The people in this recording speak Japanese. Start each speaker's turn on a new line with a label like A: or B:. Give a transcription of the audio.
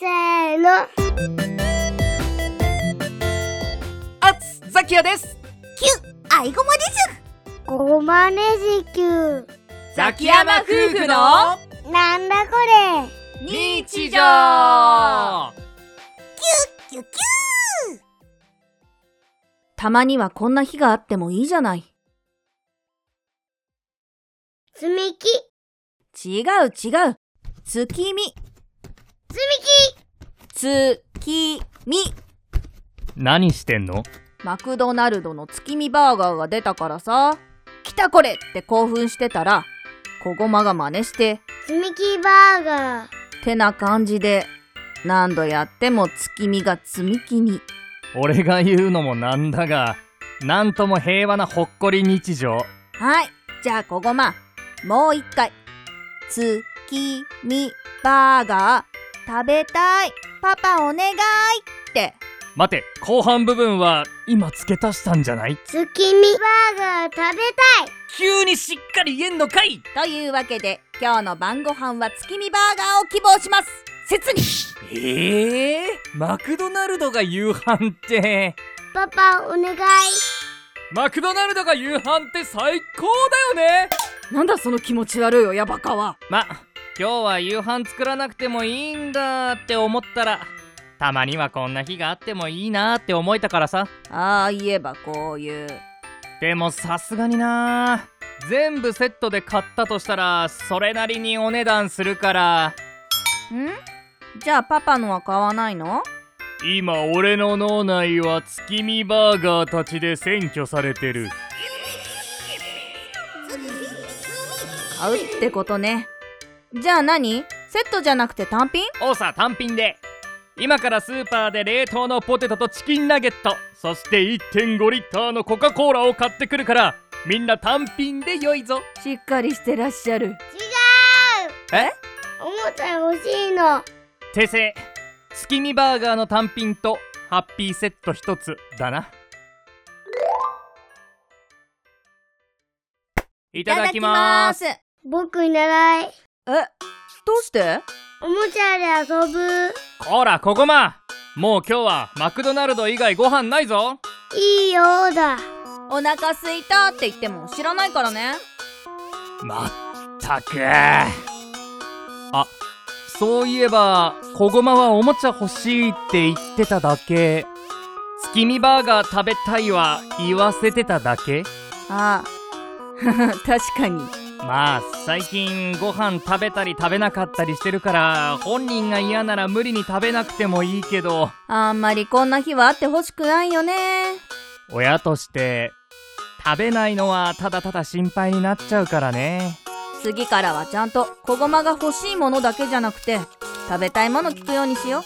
A: の
B: あつザキヤです
C: キュアイゴマです
A: ごまねじきゅう
B: ザ
C: キヤマ夫婦の
A: なんだこれ
B: 日常
C: キュキュ
D: たまにはこんな日があってもいいじゃない。
A: つみき
D: 違う違う。月見、
A: つみき
D: 月見。
E: 何してんの
D: マクドナルドの月見バーガーが出たからさ、来たこれって興奮してたら、小ゴマが真似して、
A: つみきバーガー
D: てな感じで、何度やっても月見が積み木に。
E: 俺が言うのもなんだがなんとも平和なほっこり日常
D: はい、じゃあ小ゴマ、もう一回。月見バーガー、食べたい。パパお願いって。
E: 待て後半部分は今付け足したんじゃない
A: つきみバーガー食べたい
B: 急にしっかり言えんのかい
D: というわけで今日の晩ご飯は月見バーガーを希望します切に
E: ええマクドナルドが夕飯って
A: パパお願い
E: マクドナルドが夕飯って最高だよね
D: なんだその気持ち悪い親バカは
E: ま今日は夕飯作らなくてもいいんだって思ったらたまにはこんな日があってもいいなって思えたからさ
D: ああ言えばこういう
E: でもさすがにな全部セットで買ったとしたらそれなりにお値段するから
D: んじゃあパパのは買わないの
E: 今俺の脳内は月見バーガーたちで占拠されてる
D: 買うってことねじゃあ何セットじゃなくて単品
E: おさ単品で今からスーパーで冷凍のポテトとチキンナゲットそして1.5リッターのコカ・コーラを買ってくるからみんな単品で良いぞ
D: しっかりしてらっしゃる
E: え
A: おもちゃ欲しいの
E: 訂正月見バーガーの単品とハッピーセット一つだない
D: い
E: ただきます
D: すえ
A: 僕いない
D: どうして
A: おもちゃで遊ぶ
E: こらここまもう今日はマクドナルド以外ご飯ないぞ
A: いいよだ
D: お腹すいたって言っても知らないからね
E: まったくあそういえば小ゴマはおもちゃ欲しいって言ってただけ月見バーガー食べたいは言わせてただけ
D: あ あ確かに
E: まあ最近ご飯食べたり食べなかったりしてるから本人が嫌なら無理に食べなくてもいいけど
D: あんまりこんな日はあってほしくないよね
E: 親として食べないのはただただ心配になっちゃうからね
D: 次からはちゃんと小駒が欲しいものだけじゃなくて食べたいもの聞くようにしよう